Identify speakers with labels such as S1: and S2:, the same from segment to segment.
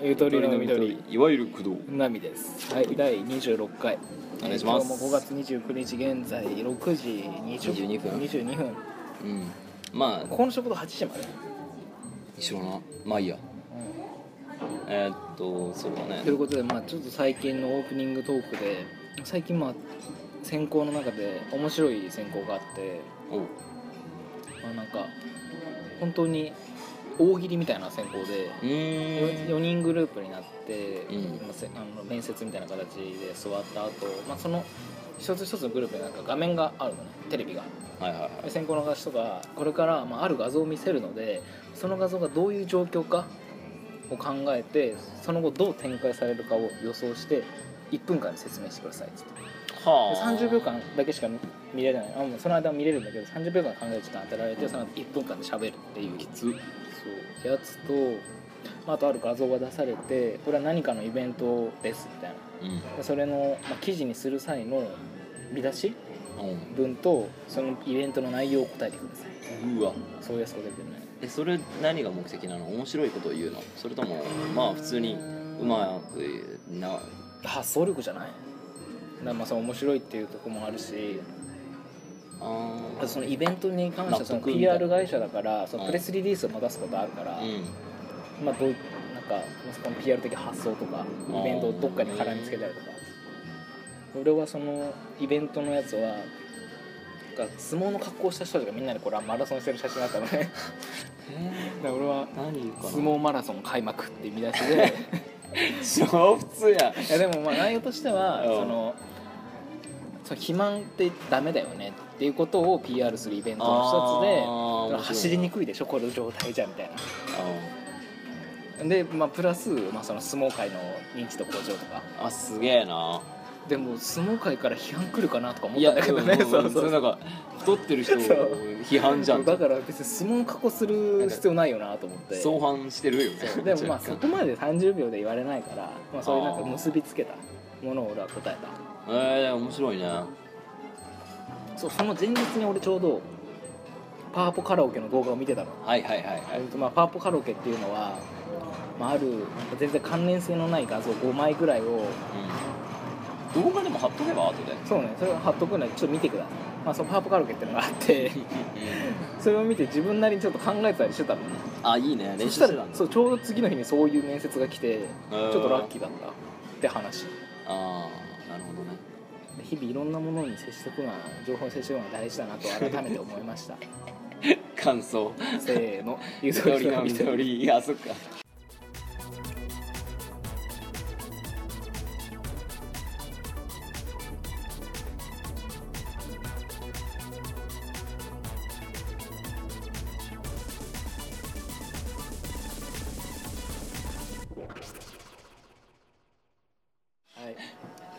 S1: ゆとりの緑
S2: いわゆる工藤
S1: ナミですはい第26回
S2: お願いします
S1: えー今日も5月29日現在6時20
S2: 22分
S1: 22分
S2: うんまあ
S1: この食堂8時まで、
S2: 一緒なまあいいやえーっとそうだね
S1: ということでまあちょっと最近のオープニングトークで最近まあ選考の中で面白い選考があって
S2: おう
S1: まあなんか本当に大喜利みたいな選考で
S2: うーん
S1: 4人グループになって、
S2: うん
S1: まあせあの面接みたいな形で座った後、まあその一つ一つのグループになんか画面があるのねテレビが
S2: はいはいは
S1: で
S2: い
S1: 先行の人がこれから、まあ、ある画像を見せるのでその画像がどういう状況かを考えてその後どう展開されるかを予想して1分間で説明してくださいっつってで
S2: は
S1: 30秒間だけしか見れないあもうその間は見れるんだけど30秒間考える時間与えられてその後1分間で喋るっていう
S2: きつ
S1: そうやつと、まあ、あとある画像が出されてこれは何かのイベントですみたいな
S2: うん
S1: でそれの、まあ、記事にする際の見出し
S2: う
S1: 文とそのイベントの内容を答えてください
S2: んうわ
S1: そういうやつが出てるね
S2: えそれ何が目的なの面白いことを言うのそれともまあ普通にうまくな
S1: 発想力じゃないだからまあその面白いっていうところもあるし
S2: あ
S1: あ
S2: ー
S1: とそのイベントに関してはその
S2: 納得みたいな
S1: PR 会社だからその
S2: うん
S1: プレスリリースをまあ出すことあるから、
S2: うん
S1: まあどうなんかそこの PR 的発想とか
S2: うん
S1: イベントをどっかに絡みつけたりとか俺はそのイベントのやつはなんか相撲の格好をした人たちがみんなでこれはマラソンしてる写真だったの ねだ
S2: え
S1: から俺は
S2: ー何かな
S1: 相撲マラソン開幕っていう見出し で
S2: 超普通や
S1: いやでもまあ内容としては
S2: うん
S1: そのその肥満ってダメだよねっていうことを PR するイベントの一つでその走りに
S2: く
S1: くいでしょこの状態じゃみたい
S2: あ
S1: なで、まあ、プラス、まあ、その相撲界の認知度向上とか
S2: ーあすげえな
S1: でも相撲界から批判来るかなとか思
S2: い
S1: った
S2: や
S1: んだけ
S2: だけ
S1: ど
S2: ど
S1: ね
S2: ね
S1: そそ
S2: そううそう
S1: そ
S2: うな
S1: うん
S2: か太ってる人を
S1: そう
S2: 批判じゃん
S1: だから別に相撲を加工する必要ないよなと思って
S2: 相反してるよね
S1: そうでもまあそ
S2: 若
S1: こ
S2: 干
S1: まで30秒で言われないから、まあ、そういうなんか
S2: あー
S1: 結びつけたものを俺は答えた
S2: えー、面白いね
S1: そうその前日に俺ちょうどパワポカラオケの動画を見てたの、
S2: はいはいはいはい
S1: えっとまあ、パワポカラオケっていうのは、まあ、あるなんか全然関連性のない画像5枚ぐらいを
S2: うん動画でも貼っとけば後で
S1: そうねそれを貼っとくのでちょっと見てください、まあ、そのパワポカラオケっていうのがあってそれを見て自分なりにちょっと考えてたりしてたのね
S2: あいいね
S1: そ
S2: 練習
S1: し
S2: したて
S1: ら
S2: たんだ
S1: そうちょうど次の日にそういう面接が来て
S2: ち
S1: ちょっとラッキーだったって話
S2: ああなるほどね
S1: 日々いろんなものに接していくのは情報に接していくのは大事だなと改めて思いました
S2: 感想
S1: せーのゆ
S2: ゆ
S1: と
S2: と
S1: り
S2: り
S1: の
S2: の
S1: 緑
S2: 緑あそっか
S1: はい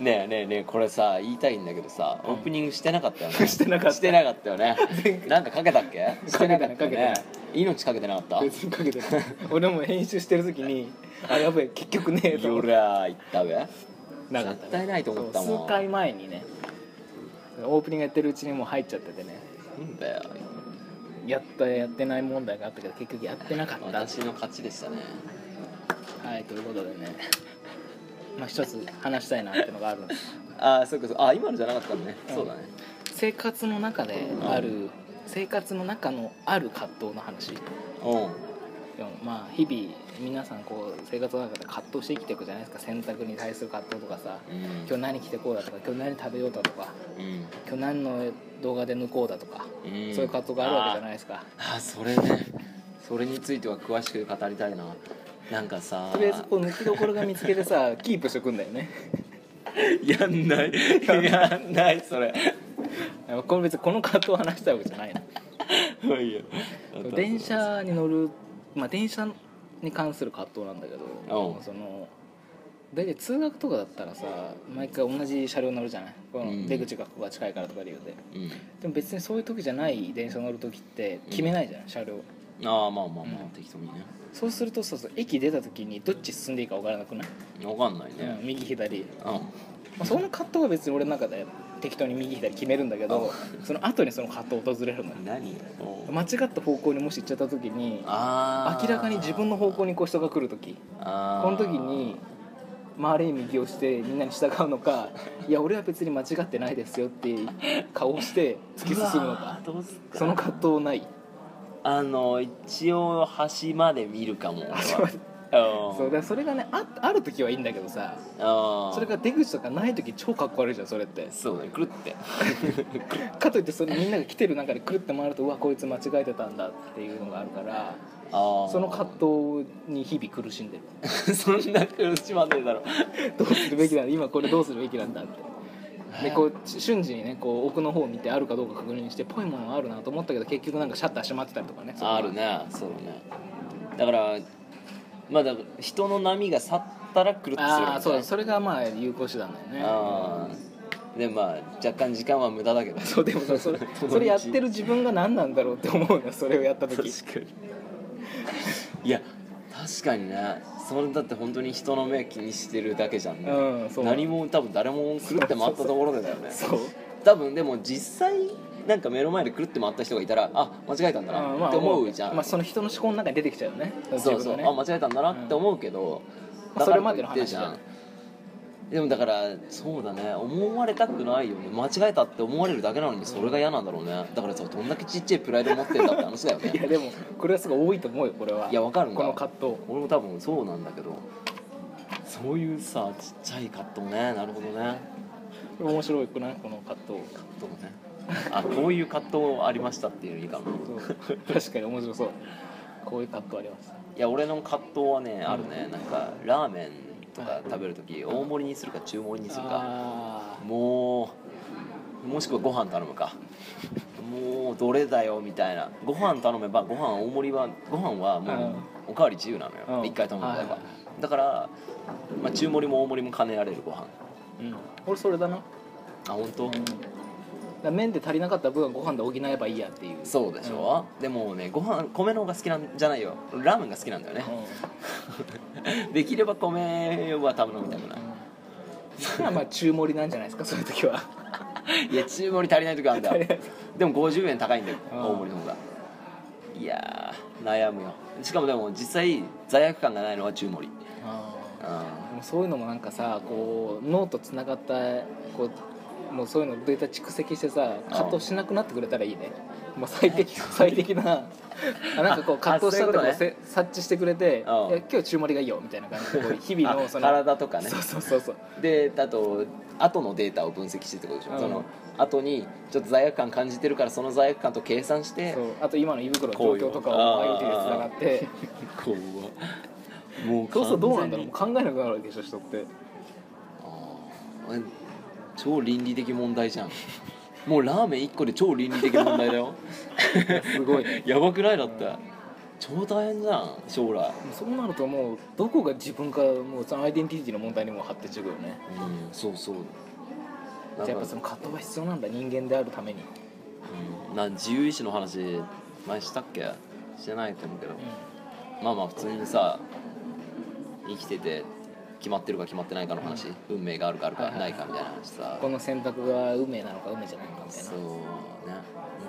S2: ねえねえねえこれさ言いたいんだけどさ
S1: うん
S2: オープニングしてなかったよ ね
S1: してなかった
S2: してなかったよねなんかかけたっけ
S1: かけてない
S2: してなかった
S1: かけてな
S2: ね
S1: い
S2: 命かけてなかった
S1: 別にかけてない俺も編集してる時にあやべえ結局ねえと思
S2: よ
S1: って
S2: ら言ったべ
S1: なかった
S2: 絶対ないと思った
S1: そう
S2: も
S1: 数
S2: ん
S1: 回前にねオープニングやってるうちにもう入っちゃっててね
S2: なんだよ
S1: やったやってない問題があったけど結局やってなかった
S2: 私の勝ちでしたね
S1: はいということでねまあ一つ話したいなっていうのがあるんです
S2: ああそうかそうあ今のじゃなかったのね、
S1: うん
S2: そうだね
S1: 生活の中である生活の中のある葛藤の話で
S2: う
S1: もまあ日々皆さんこう生活の中で葛藤して生きていくじゃないですか洗濯に対する葛藤とかさ
S2: んうん
S1: 今日何着てこうだとか今日何食べようだとか
S2: うん
S1: 今日何の動画で抜こうだとか、
S2: うん
S1: そういう葛藤があるわけじゃないですか
S2: あーあーそれねそれについては詳しく語りたいななんかさ
S1: とりあえずこう抜きどころが見つけてさ キープしとくんだよね
S2: やんないやんないそれ
S1: これ別にこの葛藤を話したいわけじゃないの
S2: まあいいや
S1: 電車に乗る、まあ、電車に関する葛藤なんだけど
S2: うん
S1: その大体通学とかだったらさ毎回同じ車両乗るじゃないこ
S2: う
S1: の
S2: ん
S1: 出口がここが近いからとか理由で
S2: うん
S1: でも別にそういう時じゃない電車乗る時って決めないじゃない、車両
S2: ああまあまあまあ、
S1: うん
S2: 適当にね
S1: そうするとそうそう駅出た時にどっち進んでいいか分からなくない、
S2: わかんないね
S1: うん、右左、ま
S2: うん、
S1: あ、その葛藤が別に俺の中で適当に右左決めるんだけどその後にその葛藤訪れるのよ
S2: 何
S1: 間違った方向にもし行っちゃった時に
S2: あ
S1: 明らかに自分の方向にこう人が来る時こ
S2: こ
S1: の時に周りに右をしてみんなに従うの かいや俺は別に間違ってないですよっていう顔をして突き進むのか
S2: どうすっか
S1: その葛藤ない
S2: あの一応端まで見るかも俺は
S1: あそう
S2: う
S1: そ
S2: ん
S1: うだからそれがねあある時はいいんだけどさ
S2: あー
S1: それが出口とかない時超かっこ悪いじゃんそれって
S2: そうねくるって
S1: かといってそれみんなが来てる中でくるって回るとうわこいつ間違えてたんだっていうのがあるからそ
S2: そ
S1: の葛藤に日々苦しんでる
S2: そんな苦しまねえだろ
S1: どうするべきなんだ今これどうするべきなんだってでこう瞬時にねこう奥の方を見てあるかどうか確認してぽいものあるなと思ったけど結局なんかシャッター閉まってたりとかね
S2: あるねそうだねだからまあだから人の波が去ったらくるっとするみたい
S1: あ
S2: な
S1: あそうだそれがまあ有効手段だよね
S2: あーでまあ若干時間は無駄だけど
S1: そうでもさそ れそれやってる自分が何なんだろうって思うのそれをやった時
S2: 確かにいや確かにねそれだって本当に人の目気にしてるだけじゃんね、
S1: うんそう
S2: 何も多分誰も狂って回ったところでだよね
S1: そう
S2: 多分でも実際なんか目の前で狂って回った人がいたらあ間違えたんだ
S1: うん
S2: な
S1: まあ
S2: って思うじゃん、
S1: まあ、その人の思考の中に出てきちゃうよね
S2: そう
S1: 自
S2: そ
S1: 分
S2: う、
S1: の
S2: あ
S1: ね
S2: 間違えたんだなって思うけど、
S1: うん
S2: だから
S1: それまでの
S2: と言ってじゃ
S1: 話
S2: んでもだからそうだね思われたくないよね間違えたって思われるだけなのにそれが嫌なんだろうねだからさどんだけちっちゃいプライド持ってんだって話だよ
S1: いや
S2: ね
S1: でもこれはすごい多いと思うよこれはい
S2: やわかるんだ
S1: この葛藤
S2: 俺も多分そうなんだけどそういうさちっちゃい葛藤ねなるほどね
S1: 面白いくないこの葛藤
S2: 葛藤ねあこういう葛藤ありましたっていうのいいかも
S1: そう確かに面白そうこういう葛藤あります
S2: いや俺の葛藤はねあるねなんかラーメンとか食べる時大盛りにするか中盛りにするか
S1: あ
S2: もうもしくはご飯頼むかもうどれだよみたいなご飯頼めばご飯大盛りはご飯はもうおかわり自由なの
S1: うん
S2: よ一回頼むんだ
S1: はいはいは
S2: だから、まあ、中盛りも大盛りも兼ねられるご飯
S1: ーうん俺それだな
S2: あ本当、
S1: うんだから麺で足りなかった分はご飯で補えばいいやっていう
S2: そうでしょ、でもねご飯米の方が好きなんじゃないよラーメンが好きなんだよね
S1: う、ん、うん
S2: できれば米は食べ飲みたくない
S1: まあまあ中盛りなんじゃないですかそういう時は
S2: いや中盛り足りない時あるんだ
S1: 足りない
S2: でも50円高いんだよ
S1: うん
S2: 大盛りの方がいやー悩むよしかもでも実際罪悪感がないのは中盛り
S1: あー
S2: あ
S1: もうそういうのもなんかさこう脳とつながったこうもうそういうのデータ蓄積してさ葛藤しなくなってくれたらいいねもう最適最適 なあなんかこう
S2: あ
S1: 葛藤したと
S2: そう
S1: か
S2: いう
S1: を
S2: こと
S1: せ察知してくれて「いや
S2: うん
S1: 今日中盛りがいいよ」みたいな感じでこう日々のその
S2: 体とかね
S1: そうそうそうそう
S2: であと後のデータを分析してってことでしょ、
S1: うん
S2: その後にちょっと罪悪感感じてるからその罪悪感と計算して
S1: そうあと今の胃袋
S2: こ
S1: の
S2: う
S1: 状
S2: よ
S1: 況とかを
S2: あー
S1: バイオティでつながって
S2: こうもう
S1: そうするとどうなんだろうも
S2: 完
S1: う考えなくなるわけでしょ人って
S2: 全にあー超倫理的問題じゃんもうラーメン1個で超倫理的問題だよ
S1: すごいね
S2: やばくないだって超大変じゃん将来
S1: もうそうなるともうどこが自分かもうそのアイデンティティの問題にも発展してくるよね
S2: うんそうそう
S1: じゃあやっぱその葛藤は必要なんだ人間であるために、
S2: うんな自由意志の話前したっけしてないと思うけどまあまあ普通にさ生きてて決まってるか決まってないかの話、運命があるかあるか
S1: はいはい
S2: ないかみたいな話さ
S1: この選択が運命なのか運命じゃないのかみたいな
S2: そうね面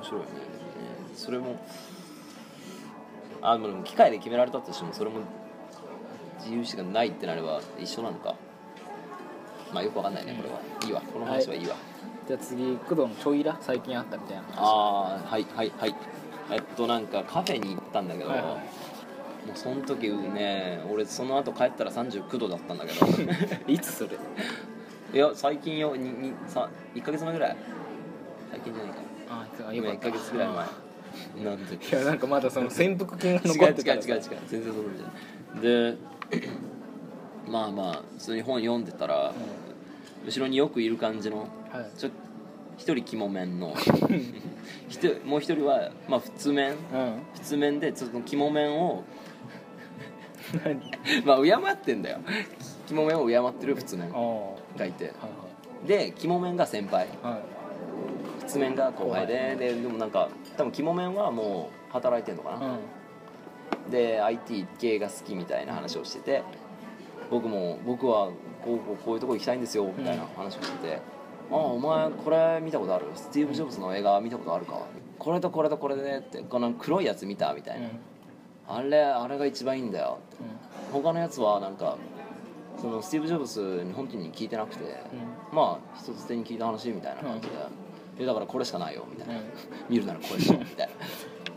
S2: 白いよねでもねそれもあでも機械で決められたとしてもそれも自由意志がないってなれば一緒なのかまあよくわかんないねこれは、いいわこの話はいいわ、
S1: じゃあ次工藤のちょいら最近あったみたい な話
S2: ああはいはいはいえっとなんかカフェに行ったんだけど、
S1: はいはい
S2: もうその時ね俺その後帰ったら39度だったんだけど
S1: いつそれ
S2: いや最近よににさ1ヶ月前ぐらい最近じゃないか
S1: ああよか
S2: 今
S1: っ
S2: 1
S1: た
S2: ヶ月ぐらい前なんで
S1: いやなんかまだその潜伏菌が残
S2: 違う違
S1: ってた
S2: う違う違う全然そんなんじゃないでまあまあ普通に本読んでたら、後ろによくいる感じの
S1: うんはい
S2: ちょ一人肝 面のひともう一人はまあ普通面
S1: う ん
S2: 普通面でその肝面を
S1: 何
S2: まあ敬ってんだよ肝面を敬ってる普通面
S1: ああは
S2: がいて
S1: い
S2: で肝面が先輩
S1: はいはい
S2: 普通面が後輩でででもなんか多分肝面はもう働いてんのかな、で IT 系が好きみたいな話をしてて僕も僕はこうこうこういうとこ行きたいんですよみたいな話をしてて、あお前これ見たことあるスティーブ・ジョブズの映画見たことあるかこれとこれとこれでねってこの黒いやつ見たみた
S1: う
S2: い
S1: ん
S2: な、あれあれが一番いいんだよって他のやつはなんかそのスティーブ・ジョブズに本人に聞いてなくて、まあ一つ手に聞いた話みたいな感じで、えだからこれしかないよみたいな、
S1: うん
S2: 見るならこれしようみたいな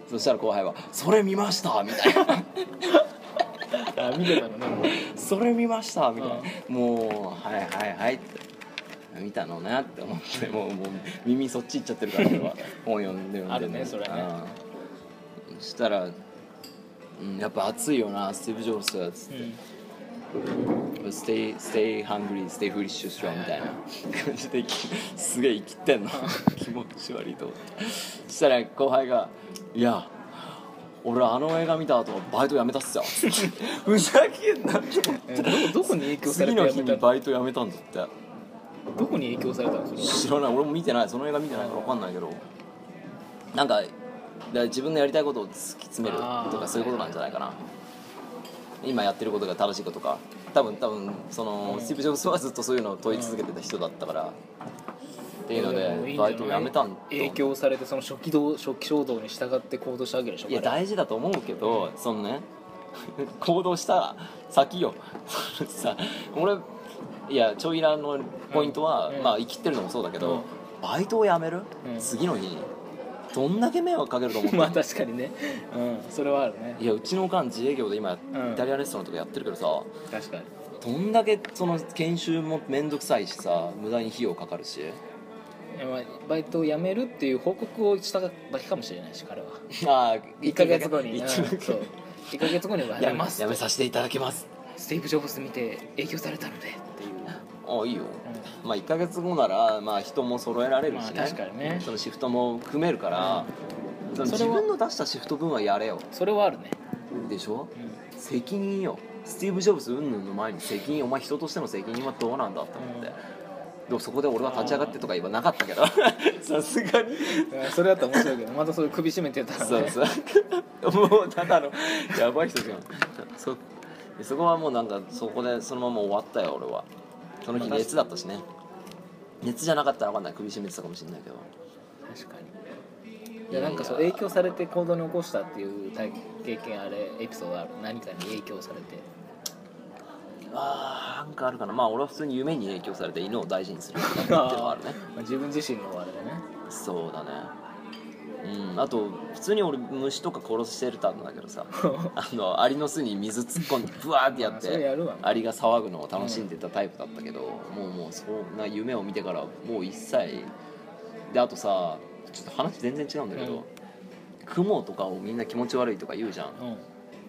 S2: そしたら後輩は「それ見ました!」みたいな
S1: うん、あ見てたのねもう
S2: 「それ見ました!」みたいな、もう「はいはいはい」って。見たのねって思ってもうもう耳そっち行っちゃってるか ら俺は本読んで読んで
S1: あるねそれね
S2: うんそしたら、うん「やっぱ熱いよなスティーブ・ジョブズ」っつって
S1: うん
S2: 「stay, stay hungry stay foolish strong」みたいな感じできすげえ生きてんの気持ち悪いと思ってそしたら後輩が「いや俺あの映画見た後バイト辞めたっ すよ」ふざけんなって思って
S1: えどどこに影響され
S2: 次
S1: て
S2: の
S1: や
S2: 日
S1: め
S2: に
S1: たの
S2: バイト辞めたんだって
S1: どこに影響されたのそれは
S2: 知らない俺も見てないその映画見てないから分かんないけどなんかだから自分のやりたいことを突き詰める
S1: あー
S2: とかそういうことなんじゃないかな今やってることが正しいことか多分多分その、スティーブ・ジョブズはずっとそういうのを問い続けてた人だったから、っていうのでバイトを辞めたんだ
S1: 影響されてその初期動初期衝動に従って行動したわけでしょ
S2: いや
S1: 彼は
S2: 大事だと思うけどそのね 行動した先よ さ俺いやちょいらのポイントは、
S1: うん
S2: まあ生きてるのもそうだけど、バイトを辞める、
S1: うん
S2: 次の日にどんだけ迷惑かけると思ってん の
S1: まあ確かにねうんそれはあるね
S2: いやうちのおかん自営業で今、
S1: うん
S2: イタリアンレストランとかやってるけどさ
S1: 確かに
S2: どんだけその研修も面倒くさいしさ無駄に費用かか るし
S1: いやまあバイトを辞めるっていう報告をしただけかもしれないし彼は
S2: ああ
S1: 1か月後に、
S2: 一
S1: うん、
S2: ヶ
S1: そう
S2: 月後
S1: 1か月後には辞
S2: や
S1: め
S2: め
S1: ます
S2: やめさせていただきます
S1: スティーブ・ジョブズ見て影響されたのでっていう
S2: ああいいよ、まあ1か月後ならまあ人も揃えられるしね,、
S1: まあ確かにね
S2: そのシフトも組めるから、その
S1: それ
S2: 自
S1: は
S2: 分の出したシフト分はやれよ
S1: それはあるね、
S2: でし ょ
S1: うん
S2: 責任よスティーブ・ジョブズ云々の前に責任お前人としての責任はどうなんだと思って、
S1: うん
S2: でもそこで俺は立ち上がってとか言えばなかったけど さすがに
S1: うんそれだったら面白いけどまたそれ首絞めてたら、ね、
S2: そうそうもうただのやばい人じゃんそそこはもうなんかそこでそのまま終わったよ俺はその日
S1: まあ
S2: 熱だったしね熱じゃなかったら分かんない首絞めてたかもしれないけど
S1: 確かにいやなんかそう影響されて行動に起こしたっていう体経験あれエピソードある何かに影響されて
S2: あーなんかあるかなまあ俺は普通に夢に影響されて犬を大事にするようになったっていうのはあるね
S1: まあ自分自身のあれでね
S2: そうだねうんあと普通に俺虫とか殺してるたんだけど さあのアリの巣に水突っ込んでブワーってやっ
S1: まあそれや
S2: て
S1: るわ
S2: アリが騒ぐのを楽しんでたタイプだったけど、もうもうそんな夢を見てからもう一切であとさちょっと話全然違うんだけ
S1: うん
S2: ど、クモとかをみんな気持ち悪いとか言うじゃん
S1: うん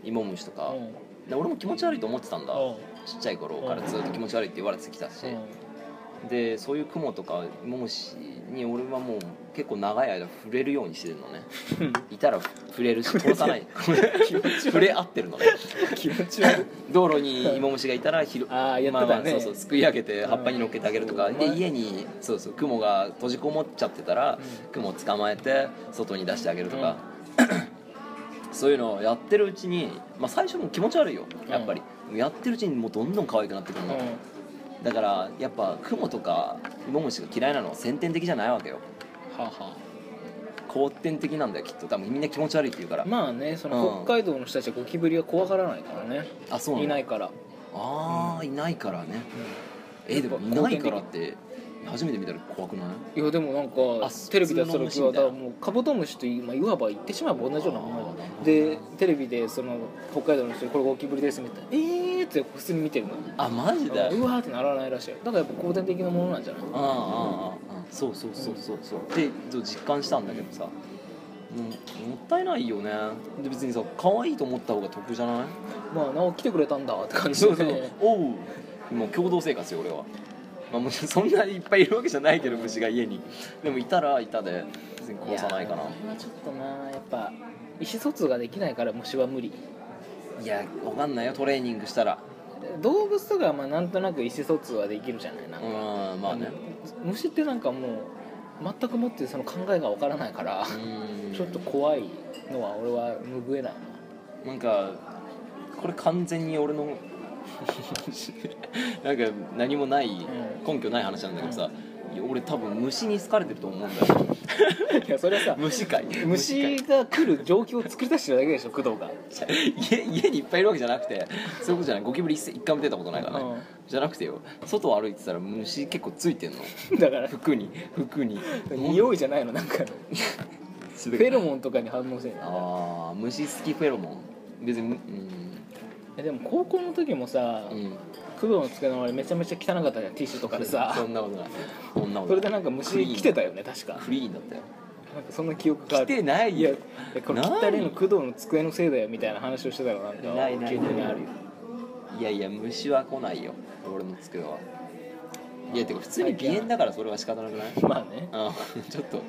S2: 芋虫とか、
S1: うん
S2: で俺も気持ち悪いと思ってたんだ、
S1: うん
S2: ちっちゃい頃からずっと気持ち悪いって言われてきたし、でそういう雲とかイモムシに俺はもう結構長い間触れるようにしてるの ねいたら触れるし通さない触れ合ってるのね
S1: 気持ち悪い
S2: 道路にイモムシがいたら拾
S1: あーやってたね
S2: まあまあそうそうすくい上げて葉っぱに乗っけてあげるとか、
S1: うん
S2: で家にそうそう雲が閉じこもっちゃってたら、
S1: う
S2: 雲を捕まえて外に出してあげるとか、 そういうのをやってるうちに、まあ、最初もう気持ち悪いよやっぱり、やってるうちにもうどんどん可愛くなってくるの、
S1: う
S2: だからやっぱクモとかイモムシが嫌いなのは先天的じゃないわけよ
S1: んはあは
S2: 後天的なんだよきっと多分みんな気持ち悪いって言うから、
S1: あまあねその
S2: うん
S1: 北海道の人たちはゴキブリは怖がらないからね
S2: あそう
S1: い
S2: な
S1: ないいから
S2: ああ、いないからね
S1: う
S2: えでもいないからって初めて見たら怖くない
S1: んいやでもなんか
S2: あす
S1: テレビでやってた
S2: 普
S1: 時
S2: 通
S1: は
S2: の虫
S1: だ
S2: みたい
S1: か
S2: な
S1: らもうカブトムシとい,、まあ、いわば言ってしまえば同じようなものだ
S2: あー
S1: でテレビでその北海道の人に「これゴキブリです」みたいな「えー!」って普通に見てるの
S2: あマジで、
S1: うわーってならないらしいだからやっぱ後天的なものなんじゃない
S2: ああああああそうそうそうそうそうで実感したんだけどさもうもったいないよねで別にさ可愛いと思った方が得じゃない
S1: まあなお来てくれたんだって感じ
S2: そ
S1: で
S2: うそう
S1: ね
S2: おうもう共同生活よ俺は、まあ、もちろ んそんないっぱいいるわけじゃないけど虫が家にでもいたらいたで別に殺さないかな
S1: やそれはちょっとなやっぱ意思疎通ができないから虫は無理
S2: いやわかんないよトレーニングしたら
S1: 動物とかはまあなんとなく意思疎通はできるじゃないな
S2: う、ーんまあね
S1: 虫ってなんかもう全くもってその考えがわからないから
S2: う、ーん
S1: ちょっと怖いのは俺は拭えないな
S2: なんかこれ完全に俺の なんか何もない
S1: ん
S2: 根拠ない話なんだけどさ、や俺多分虫に好かれてると思うんだよ
S1: いやそれはさ
S2: 虫界
S1: 虫が来る状況を作り出してるだけでしょ工藤が、
S2: 家家にいっぱいいるわけじゃなくてそういうことじゃないゴキブリ一一回も出たことないからね、じゃなくてよ外を歩いてたら虫結構ついてんの
S1: うん、だから
S2: 服に服に
S1: 匂いじゃないのなんか
S2: フ
S1: フェロモンとかに反応してんの
S2: ああ虫好きフェロモン別にうん、
S1: えでも高校の時もさ、
S2: うん、
S1: 工藤の机の周りめちゃめちゃ汚かったじゃんティッシュとかでさ
S2: そんなことないそんなこと
S1: それで
S2: ない
S1: なんか虫来てたよね確か
S2: クリーンだったよ
S1: なんかそんな記憶があ
S2: 来
S1: る
S2: てない
S1: いや
S2: よ
S1: いやこれ汚いの工藤の机のせいだよみたいな話をしてたのなんか
S2: ないない
S1: 記憶にあるよ
S2: いやいや虫は来ないよ俺の机はいやてか普通に鼻炎だからそれは仕方なくない
S1: まあね
S2: あ ーちょっと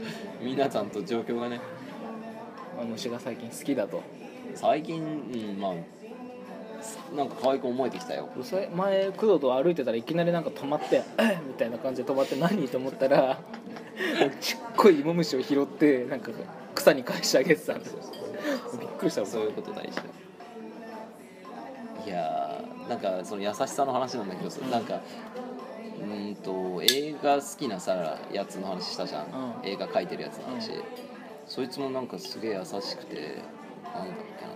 S2: 皆さんと状況がね
S1: まあ虫が最近好きだと
S2: 最近うんまあなんか可愛く思えてきた よ
S1: うそい前工藤と歩いてたらいきなりなんか止まって 「えっみたいな感じで止まって何と思ったら ちっこい芋虫を拾ってなんか草に返してあげてたんですよびっくりした
S2: そう
S1: もん
S2: いうこと大事だいやーなんかその優しさの話なんだけどさ、
S1: うん
S2: なんかうーんと映画好きなさやつの話したじゃ
S1: う
S2: ん、
S1: ん
S2: 映画描いてるやつの話、
S1: うん
S2: そいつもなんかすげえ優しくてなんだっけな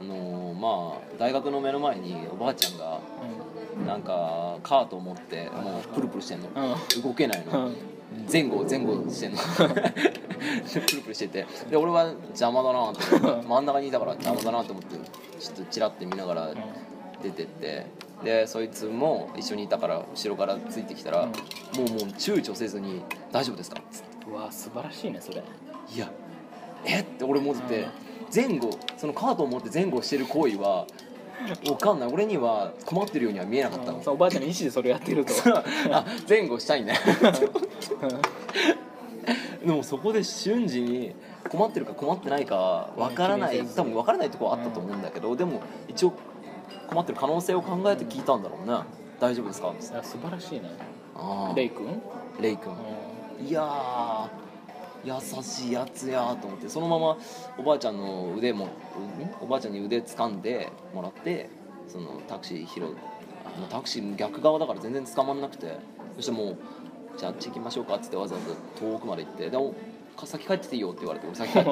S2: あのーまあ大学の目の前におばあちゃんがなんかカートを持ってもうプルプルしてんの、動けないの、
S1: うん
S2: 前後前後してんの プルプルしててで俺は邪魔だなと思って真ん中にいたから邪魔だなと思ってちょっとチラって見ながら出てってでそいつも一緒にいたから後ろからついてきたら、
S1: うん
S2: もうもう躊躇せずに「大丈夫ですか?」っつっ
S1: うんうわ素晴らしいねそれ
S2: て「いやえっ?」て俺思ってて
S1: うん
S2: 前後そのカートを持って前後してる行為はわかんない俺には困ってるようには見えなかったの、
S1: そのおばあちゃんの意思でそれやってると
S2: あ前後したいね
S1: う
S2: でもそこで瞬時に困ってるか困ってないかわからな
S1: う
S2: い
S1: ん
S2: 多分わからないとこはあったと思うんだけど、でも一応困ってる可能性を考えて聞いたんだろうね、大丈夫ですか
S1: んあ素晴らしいね
S2: あー
S1: レイ君、うん、
S2: レイ君いやー優しいやつやーと思ってそのままおばあちゃんの腕もんおばあちゃんに腕掴んでもらってそのタクシー拾うあもうタクシー逆側だから全然捕まんなくてそしてもう「じゃああっち行きましょうか」っつってわざわざ遠くまで行って「でもか先帰ってていいよ」って言われて 俺先帰っ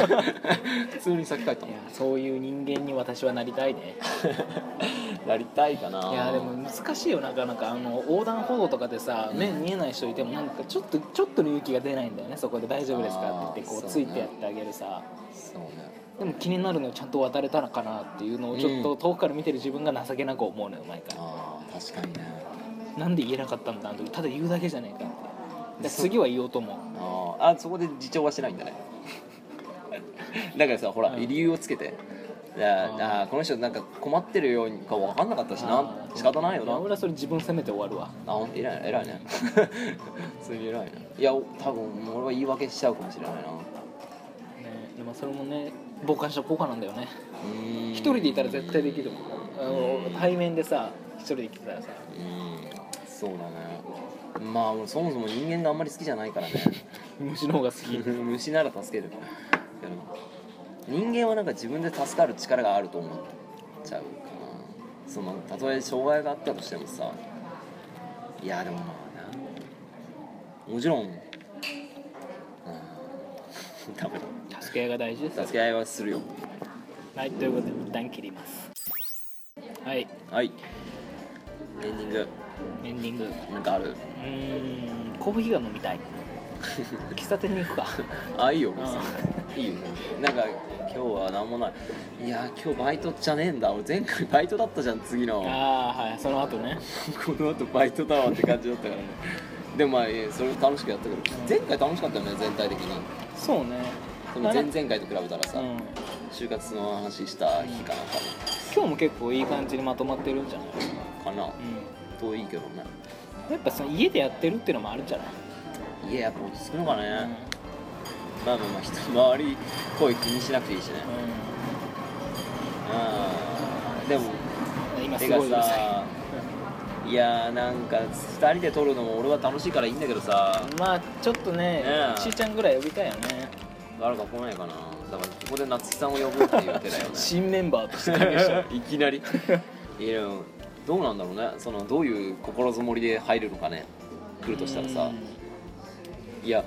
S2: た普通に先帰った
S1: い
S2: も
S1: やそういう人間に私はなりたいね
S2: んやりたいかない
S1: やでも難しいよなかなかあの横断歩道とかでさ
S2: うん
S1: 目見えない人いてもなんかちょっとちょっとの勇気が出ないんだよねそこで「大丈夫ですか?」って言ってこ
S2: あー
S1: う
S2: そ
S1: つ
S2: うね
S1: いてやってあげるさ
S2: そうね
S1: でも気になるのちゃんと渡れたのかなっていうのをちょっ
S2: う
S1: と
S2: ん
S1: 遠くから見てる自分が情けなく思うのよ毎回
S2: ああ確かにね
S1: なんで言えなかったんだあの時ただ言うだけじゃねえかってで
S2: そう
S1: 次は言おうと思う
S2: あーあそこで自重はしないんだね だからさほら、
S1: うん
S2: 理由をつけていや
S1: あ
S2: あーこの人なんか困ってるようにか分かんなかったしな
S1: あー
S2: 仕方ないよな
S1: や俺はそれ自分責めて終わるわ
S2: あ本当偉いね偉いね 普通に偉いねいやお多分俺は言い訳しちゃうかもしれないなう
S1: ねでもそれもね傍観者効果なんだよね
S2: ーん
S1: 一人でいたら絶対できるもんあ
S2: うん
S1: の対面でさ一人で来てたらさ
S2: うんそうだねまあ俺そもそも人間があんまり好きじゃないからね
S1: 虫の方が好き
S2: 虫なら助けるけど人間はなんか自分で助かる力があると思っちゃうかなそのたとえ障害があったとしてもさいやでもまあなもちろん、うん、ダメ
S1: 助け合いが大事です
S2: だ
S1: よ
S2: 助け合いはするよ
S1: はいということで一旦切りますはい
S2: はいエンディング
S1: エンディングう
S2: なんかある
S1: ーんコーヒーが飲みたい喫茶店に行 くか
S2: あいいよ
S1: ん
S2: 別にいいよなんか今日は何もないいや今日バイトじゃねえんだ俺前回バイトだったじゃん次の
S1: ああはいその後ね
S2: この後バイトだわって感じだったからねでもまあえーそれ楽しくやったけど前回楽しかったよね全体的に
S1: そうね
S2: その前々回と比べたら
S1: う
S2: さ、
S1: ん
S2: 就活の話した日かな
S1: 今日も結構いい感じにまとまってるんじゃない、
S2: 多分かな
S1: う
S2: といいけどね
S1: ん、やっぱその家でやってるっていうのもあるんじゃない、
S2: いややっぱ落ち着くのかね、
S1: うん
S2: まあまあまあ人周り声気にしなくていいしねうんでも
S1: うん、今
S2: て
S1: すご
S2: か
S1: いうるさい
S2: さいやーなんか2人で撮るのも俺は楽しいからいいんだけどさ
S1: まあちょっとね
S2: ねえ
S1: ちーちゃんぐらい呼びたいよね
S2: 誰か来ないかなだからここで夏希さんを呼ぶっていう手 だよね
S1: 新メンバーとして加入した
S2: いきなりいやどうなんだろうねそのどういう心づもりで入るのかね来るとしたらさ、いや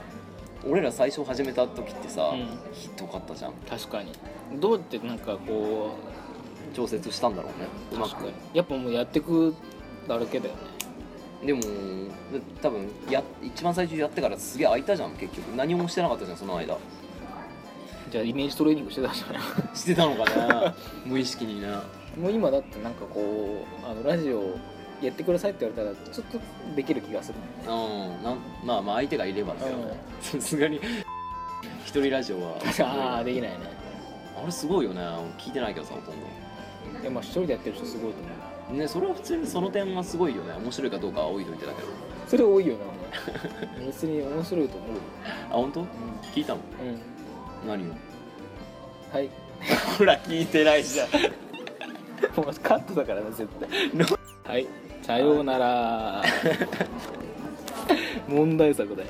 S2: 俺ら最初始めた時ってさ、
S1: うん
S2: ひどかったじゃん
S1: 確かにどうやってなんかこ
S2: 調節したんだろうね
S1: う
S2: うま
S1: 確か
S2: く
S1: にやっぱもうやってくだけだよね
S2: でも多分や一番最初やってからすげえ空いたじゃん結局何もしてなかったじゃんその間
S1: じゃあイメージトレーニングしてたんじゃない
S2: してたのかな無意識にな
S1: もう今だってなんかこうあのラジオやってくださいって言われたらちょっとできる気がする
S2: うんなんまあまあ相手がいればだけどねさすがに一人ラジオは
S1: ああできないね
S2: あれすごいよね聞いてないけどさほとん
S1: でも一人でやってる人すごいと思う
S2: どねそれは普通にその点がすごいよね面白いかどうかは置いといてだけど
S1: それ多いよな俺別に面白いと思うよ
S2: あ本当聞いたの
S1: うん、うん、
S2: 何を
S1: はい
S2: ほら聞いてないじゃん
S1: もうカットだからね絶 対 はいさようなら問題作だよ